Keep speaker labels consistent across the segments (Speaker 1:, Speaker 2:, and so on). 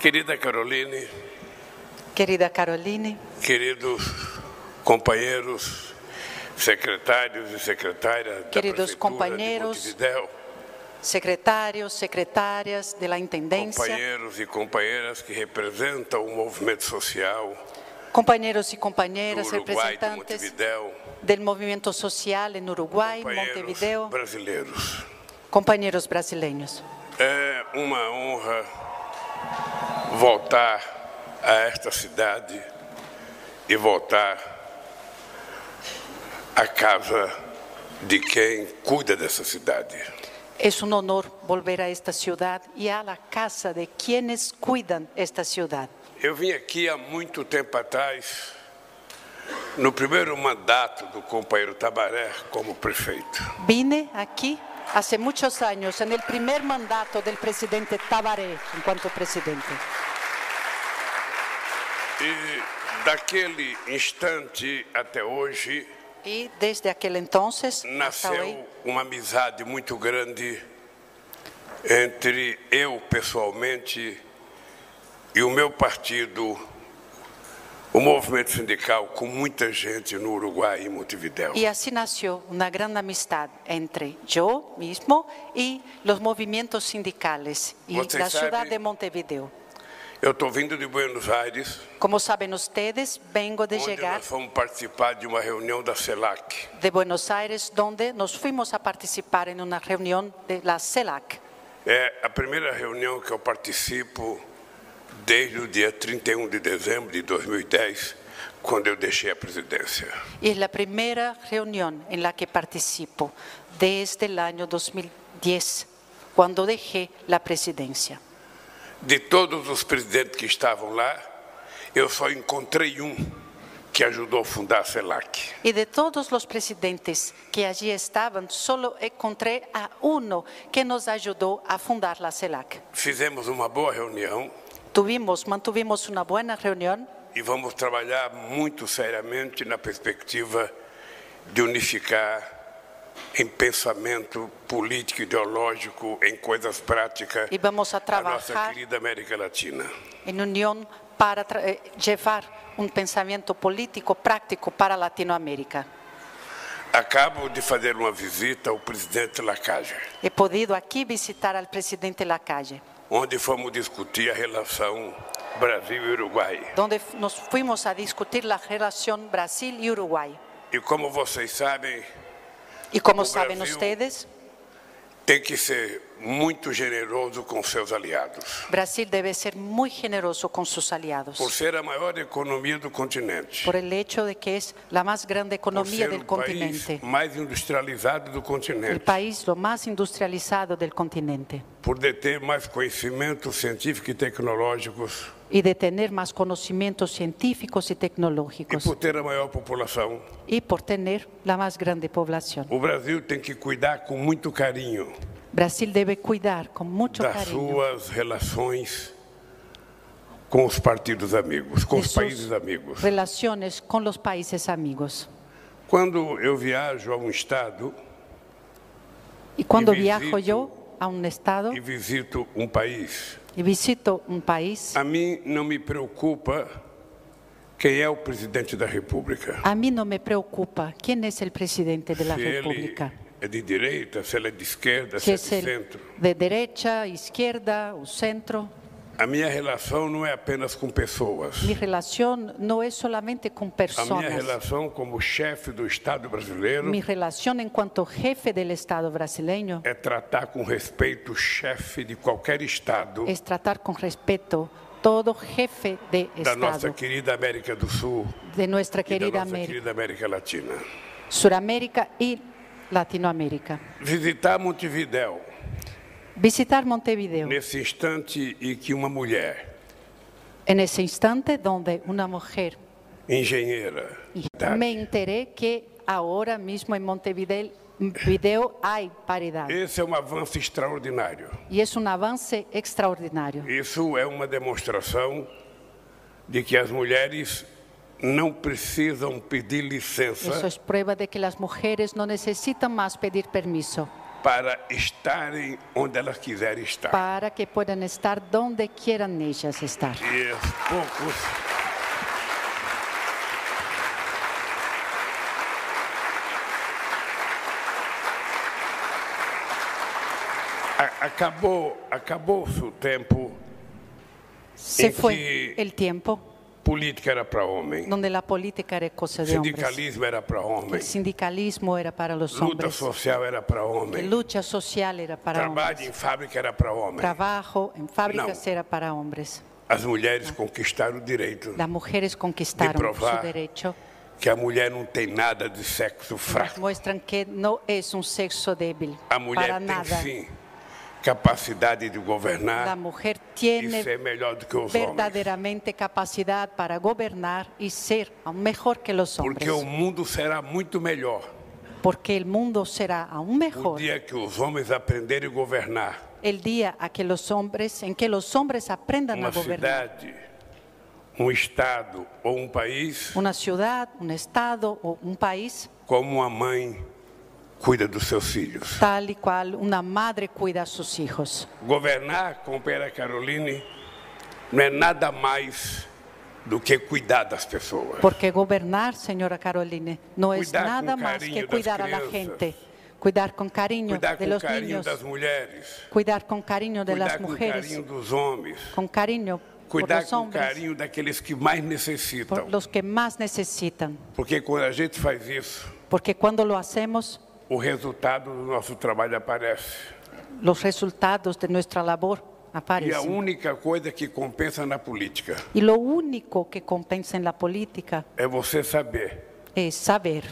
Speaker 1: Querida Caroline,
Speaker 2: Querida Caroline,
Speaker 1: queridos companheiros, secretários e secretárias
Speaker 2: Queridos
Speaker 1: da Prefeitura
Speaker 2: companheiros,
Speaker 1: de Montevidéu,
Speaker 2: secretários, secretárias de la Intendência,
Speaker 1: companheiros e companheiras que representam o movimento social
Speaker 2: companheiros e
Speaker 1: do
Speaker 2: companheiras
Speaker 1: Uruguai, de
Speaker 2: representantes
Speaker 1: Montevidéu,
Speaker 2: del movimento social em Uruguai,
Speaker 1: companheiros
Speaker 2: Montevideo,
Speaker 1: brasileiros.
Speaker 2: companheiros brasileiros.
Speaker 1: É uma honra voltar a esta cidade e voltar à casa de quem cuida dessa cidade.
Speaker 2: É um honor voltar a esta cidade e à la casa de quienes cuidam esta cidade.
Speaker 1: Eu vim aqui há muito tempo atrás, no primeiro mandato do companheiro Tabaré como prefeito.
Speaker 2: Vine aqui há muitos anos, no primeiro mandato do presidente Tabaré, enquanto presidente.
Speaker 1: E daquele instante até hoje,
Speaker 2: E desde aquele entonces hasta hoy
Speaker 1: nasceu uma amizade muito grande entre eu pessoalmente e o meu partido, o movimento sindical, com muita gente no Uruguai e em Montevidéu.
Speaker 2: Y así nació una gran amistad entre yo mismo y los movimientos sindicales y
Speaker 1: Vocês
Speaker 2: la ciudad
Speaker 1: sabem-
Speaker 2: de Montevideo.
Speaker 1: Eu estou vindo de Buenos Aires,
Speaker 2: Como saben ustedes, vengo de
Speaker 1: onde
Speaker 2: llegar
Speaker 1: nós fomos participar de uma reunião da CELAC.
Speaker 2: de Buenos Aires, donde nos fuimos a participar en una reunión de la CELAC.
Speaker 1: É a primeira reunião que eu participo desde o dia 31 de dezembro de 2010, quando eu deixei a presidência.
Speaker 2: Y es la primera reunión en la que participo desde el año 2010, cuando dejé la presidencia.
Speaker 1: De todos os presidentes que estavam lá, eu só encontrei um que ajudou a fundar a CELAC.
Speaker 2: Y de todos los presidentes que allí estaban, solo encontré a uno que nos ayudó a fundar la CELAC.
Speaker 1: Fizemos uma boa reunião
Speaker 2: Tuvimos, mantuvimos una buena reunión
Speaker 1: e vamos trabalhar muito seriamente na perspectiva de unificar em pensamento político e ideológico, em coisas práticas,
Speaker 2: y vamos a
Speaker 1: a nossa
Speaker 2: trabajar
Speaker 1: querida América Latina.
Speaker 2: en unión para tra- eh, llevar un pensamiento político práctico para Latinoamérica.
Speaker 1: Acabo de fazer uma visita ao presidente Lacage,
Speaker 2: He podido aquí visitar al presidente Lacalle,
Speaker 1: onde fomos discutir a relação Brasil-Uruguai.
Speaker 2: donde f- nos fuimos a discutir la relación Brasil y Uruguay.
Speaker 1: E como vocês sabem,
Speaker 2: Y como
Speaker 1: O
Speaker 2: saben
Speaker 1: Brasil-
Speaker 2: ustedes,
Speaker 1: tem que ser muito generoso com seus aliados,
Speaker 2: Brasil debe ser muy generoso con sus aliados.
Speaker 1: por ser a maior economia do continente,
Speaker 2: por el hecho de que es la más grande
Speaker 1: por
Speaker 2: economía
Speaker 1: ser
Speaker 2: del
Speaker 1: o país
Speaker 2: continente,
Speaker 1: mais industrializado do
Speaker 2: el
Speaker 1: continente,
Speaker 2: país lo más industrializado del continente
Speaker 1: por deter mais conhecimentos científicos e tecnológicos
Speaker 2: y de tener más conocimientos científicos y
Speaker 1: e
Speaker 2: tecnológicos
Speaker 1: por ter a maior população.
Speaker 2: y por tener la más grande población.
Speaker 1: O Brasil tem que cuidar com muito carinho
Speaker 2: Brasil debe cuidar con mucho
Speaker 1: das
Speaker 2: cariño
Speaker 1: suas relações com os partidos amigos, com
Speaker 2: de
Speaker 1: os países
Speaker 2: sus
Speaker 1: amigos.
Speaker 2: relaciones con los países amigos.
Speaker 1: Quando eu viajo a um estado
Speaker 2: Y cuando
Speaker 1: Y
Speaker 2: viajo
Speaker 1: visito-
Speaker 2: yo a un estado
Speaker 1: e visito um país,
Speaker 2: y visito un país,
Speaker 1: A mim não me preocupa quem é o presidente da República.
Speaker 2: a mí no me preocupa quién es el presidente de la
Speaker 1: se ele
Speaker 2: República.
Speaker 1: é de direita, se ele é de esquerda,
Speaker 2: si
Speaker 1: se,
Speaker 2: es
Speaker 1: é de
Speaker 2: el
Speaker 1: centro.
Speaker 2: de derecha, izquierda o centro.
Speaker 1: A minha relação não é apenas com pessoas.
Speaker 2: Mi relación no es solamente
Speaker 1: A
Speaker 2: con
Speaker 1: minha
Speaker 2: personas.
Speaker 1: relação como chefe do Estado brasileiro
Speaker 2: Mi relación en cuanto jefe del Estado brasileño
Speaker 1: é tratar com respeito o chefe de qualquer Estado
Speaker 2: es tratar con respeto todo jefe de
Speaker 1: da nossa
Speaker 2: Estado
Speaker 1: querida América do Sul
Speaker 2: de nuestra
Speaker 1: e da
Speaker 2: querida
Speaker 1: nossa
Speaker 2: América,
Speaker 1: querida América Latina.
Speaker 2: Suramérica y Latinoamérica.
Speaker 1: Visitar Montevidéu,
Speaker 2: Visitar Montevideo
Speaker 1: nesse instante em que uma mulher,
Speaker 2: en ese instante donde una mujer
Speaker 1: engenheira,
Speaker 2: me enteré que ahora mismo en Montevideo video hay paridad
Speaker 1: Esse é um avanço extraordinário.
Speaker 2: y es un avance extraordinario.
Speaker 1: Isso é uma demonstração de que as mulheres não precisam pedir
Speaker 2: Eso
Speaker 1: licença
Speaker 2: es prueba de que las mujeres no necesitan más pedir permiso
Speaker 1: para estarem onde elas quiserem estar.
Speaker 2: para que puedan estar donde quieran ellas estar.
Speaker 1: E aos poucos. A- Acabou, acabou-se o tempo
Speaker 2: Se
Speaker 1: Y
Speaker 2: fue
Speaker 1: que-
Speaker 2: el tiempo
Speaker 1: política era para homem,
Speaker 2: donde la política era cosa de hombres.
Speaker 1: sindicalismo era para homem,
Speaker 2: El sindicalismo era para los
Speaker 1: luta
Speaker 2: hombres.
Speaker 1: social eh. era para
Speaker 2: La
Speaker 1: homem,
Speaker 2: lucha social era para
Speaker 1: trabalho em
Speaker 2: hombres.
Speaker 1: fábrica era para homem.
Speaker 2: Trabajo en fábricas
Speaker 1: No.
Speaker 2: era para hombres.
Speaker 1: As mulheres
Speaker 2: Ah.
Speaker 1: conquistaram o direito
Speaker 2: Las mujeres conquistaron su
Speaker 1: probar.
Speaker 2: derecho.
Speaker 1: que a mulher não tem nada de sexo
Speaker 2: Nos
Speaker 1: fraco.
Speaker 2: muestran que no es un sexo débil.
Speaker 1: A mulher
Speaker 2: para
Speaker 1: tem
Speaker 2: nada.
Speaker 1: sim capacidade de
Speaker 2: La
Speaker 1: governar
Speaker 2: mujer
Speaker 1: e
Speaker 2: tiene
Speaker 1: ser melhor do que os homens.
Speaker 2: verdaderamente capacidad para gobernar y ser aún mejor que los hombres.
Speaker 1: Porque o mundo será muito melhor
Speaker 2: Porque el mundo será
Speaker 1: o
Speaker 2: aún mejor
Speaker 1: dia que os homens aprenderem a governar
Speaker 2: el día a que los hombres, en que los hombres aprendan a
Speaker 1: uma
Speaker 2: gobernar
Speaker 1: cidade, um estado ou um país,
Speaker 2: una ciudad, un estado o un país,
Speaker 1: como uma mãe cuida dos seus filhos.
Speaker 2: tal y cual una madre cuida a sus hijos.
Speaker 1: Governar, companheira Caroline, não é nada mais do que cuidar das pessoas.
Speaker 2: Porque gobernar, señora Caroline, no es
Speaker 1: Cuidar con
Speaker 2: nada más
Speaker 1: cariño
Speaker 2: que
Speaker 1: das
Speaker 2: cuidar a la
Speaker 1: crianças.
Speaker 2: gente, cuidar con cariño
Speaker 1: Cuidar com
Speaker 2: de
Speaker 1: o
Speaker 2: los
Speaker 1: carinho
Speaker 2: niños,
Speaker 1: das mulheres.
Speaker 2: cuidar con cariño de
Speaker 1: cuidar
Speaker 2: las
Speaker 1: com o
Speaker 2: mujeres,
Speaker 1: carinho dos homens,
Speaker 2: con cariño por
Speaker 1: cuidar
Speaker 2: los
Speaker 1: com o
Speaker 2: hombres,
Speaker 1: carinho daqueles que mais
Speaker 2: por
Speaker 1: necessitam.
Speaker 2: los que más necesitan.
Speaker 1: Porque quando a gente faz isso,
Speaker 2: Porque cuando lo hacemos,
Speaker 1: o resultado do nosso trabalho aparece.
Speaker 2: los resultados de nuestra labor
Speaker 1: E a
Speaker 2: aparecen.
Speaker 1: única coisa que compensa na política
Speaker 2: Y lo único que compensa en la política
Speaker 1: é você saber
Speaker 2: es saber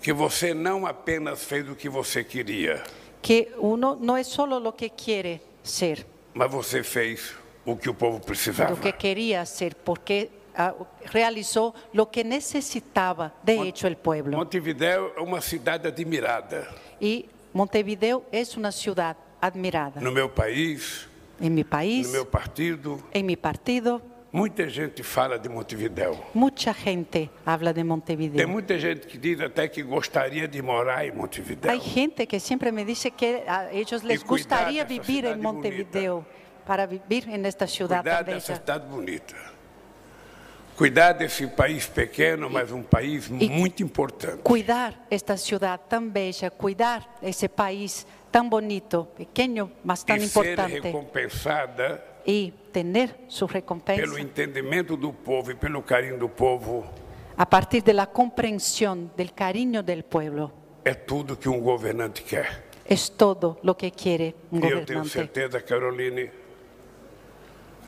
Speaker 1: que você não apenas fez o que você queria,
Speaker 2: que uno no es solo lo que quiere ser,
Speaker 1: mas você fez o que o povo precisava.
Speaker 2: lo que quería ser, porque ah, realizó lo que necesitaba, de hecho, el pueblo.
Speaker 1: Montevidéu é uma cidade admirada.
Speaker 2: Y Montevideo es una ciudad admirada.
Speaker 1: No meu país,
Speaker 2: En mi
Speaker 1: no
Speaker 2: país,
Speaker 1: meu partido,
Speaker 2: en mi partido,
Speaker 1: muita gente fala de Montevidéu.
Speaker 2: mucha gente habla de
Speaker 1: Tem
Speaker 2: Montevideo.
Speaker 1: muita gente que diz até que gostaria de morar em Montevidéu.
Speaker 2: Hay gente que siempre me dice que a ellos les
Speaker 1: cuidar
Speaker 2: gustaría
Speaker 1: de esa
Speaker 2: vivir en
Speaker 1: ciudad bonita.
Speaker 2: Montevideo para vivir en esta ciudad
Speaker 1: Cuidar
Speaker 2: tan
Speaker 1: dessa
Speaker 2: bella.
Speaker 1: cidade bonita. Cuidar desse país pequeno, mas um país muito importante.
Speaker 2: cuidar esta ciudad tan bella, cuidar ese país tan bonito, pequeño, mas tan
Speaker 1: E ser
Speaker 2: importante, É
Speaker 1: recompensada
Speaker 2: y tener su recompensa
Speaker 1: pelo entendimento do povo e pelo carinho do povo
Speaker 2: a partir de la comprensión del cariño del pueblo.
Speaker 1: é tudo que um governante quer.
Speaker 2: Es todo lo que quiere un
Speaker 1: E eu tenho
Speaker 2: gobernante.
Speaker 1: certeza, Caroline,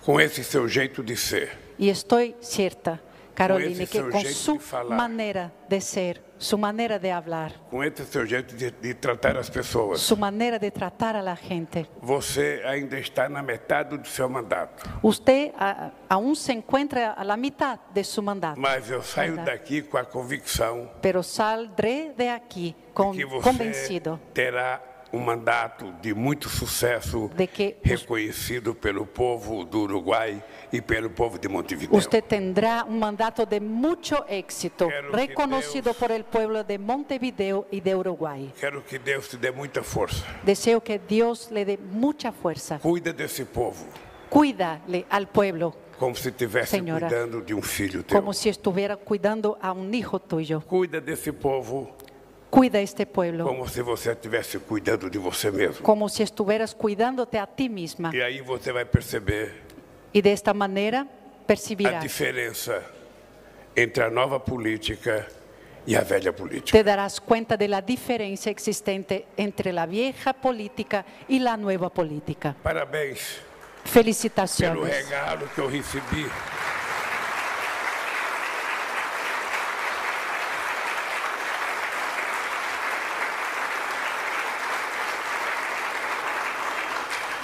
Speaker 1: com esse seu jeito de ser,
Speaker 2: Y estoy cierta, Caroline,
Speaker 1: ese
Speaker 2: que con
Speaker 1: sujeto
Speaker 2: su
Speaker 1: de falar.
Speaker 2: manera de ser, su manera de hablar,
Speaker 1: com esse seu jeito de, de tratar as pessoas,
Speaker 2: su manera de tratar a la gente,
Speaker 1: você ainda está na metade do seu mandato.
Speaker 2: usted ah, aún se encuentra a la mitad de su mandato.
Speaker 1: Mas eu saio
Speaker 2: Verdade.
Speaker 1: daqui com a convicção
Speaker 2: pero saldré de aquí con-
Speaker 1: que você
Speaker 2: convencido
Speaker 1: terá um mandato de muito sucesso
Speaker 2: De que os-
Speaker 1: reconhecido pelo povo do Uruguai e pelo povo de Montevideo.
Speaker 2: Usted tendrá un mandato de mucho éxito,
Speaker 1: Quiero que
Speaker 2: reconocido
Speaker 1: Dios-
Speaker 2: por el pueblo de Montevideo y de Uruguay.
Speaker 1: Quero que Deus te dê muita força.
Speaker 2: Deseo que Dios le dé mucha fuerza.
Speaker 1: Cuida desse povo
Speaker 2: Cuídale al pueblo
Speaker 1: como se estivesse
Speaker 2: Senhora,
Speaker 1: cuidando de um filho teu.
Speaker 2: como si estuviera cuidando a un hijo tuyo.
Speaker 1: Cuida desse povo
Speaker 2: Cuida a este pueblo
Speaker 1: como se você estivesse cuidando de você mesmo.
Speaker 2: como si estuvieras cuidándote a ti misma.
Speaker 1: E aí você vai perceber
Speaker 2: Y de esta manera
Speaker 1: a
Speaker 2: percibirás,
Speaker 1: diferença entre a nova política e a velha política.
Speaker 2: te darás cuenta de la diferencia existente entre la vieja política y la nueva política.
Speaker 1: Parabéns pelo
Speaker 2: Felicitaciones.
Speaker 1: regalo que eu recebi.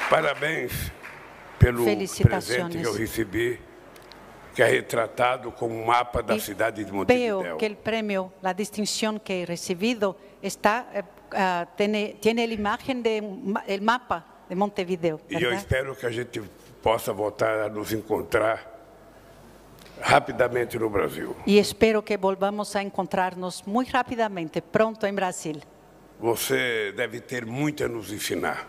Speaker 1: Parabéns pelo presente que eu
Speaker 2: Felicitaciones.
Speaker 1: recebi, que é retratado como um mapa da cidade de
Speaker 2: Veo
Speaker 1: Montevideo.
Speaker 2: que el premio, la distinción que he recibido, está, eh, ah, tiene, tiene la imagen del mapa de Montevideo.
Speaker 1: E eu
Speaker 2: ¿verdad?
Speaker 1: espero que a gente possa voltar a nos encontrar rapidamente no Brasil.
Speaker 2: Y espero que volvamos a encontrarnos muy rápidamente, pronto en Brasil.
Speaker 1: Você deve ter muito a nos ensinar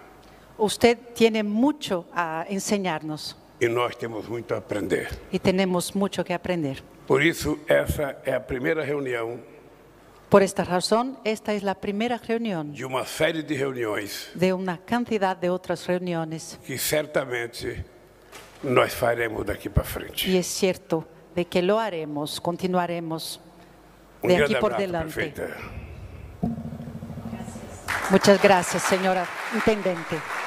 Speaker 2: Usted tiene mucho a enseñarnos
Speaker 1: e nós temos muito a aprender.
Speaker 2: y tenemos mucho que aprender.
Speaker 1: Por isso, essa é a primeira reunião
Speaker 2: Por esta razón, esta es la primera reunión
Speaker 1: de uma série de reuniões
Speaker 2: de una cantidad de otras reuniones
Speaker 1: que certamente nós faremos daqui para
Speaker 2: y
Speaker 1: frente.
Speaker 2: es cierto de que lo haremos, continuaremos
Speaker 1: Um
Speaker 2: de
Speaker 1: grande
Speaker 2: aquí por
Speaker 1: abraço,
Speaker 2: delante.
Speaker 1: prefeita.
Speaker 2: Muchas gracias, señora Intendente.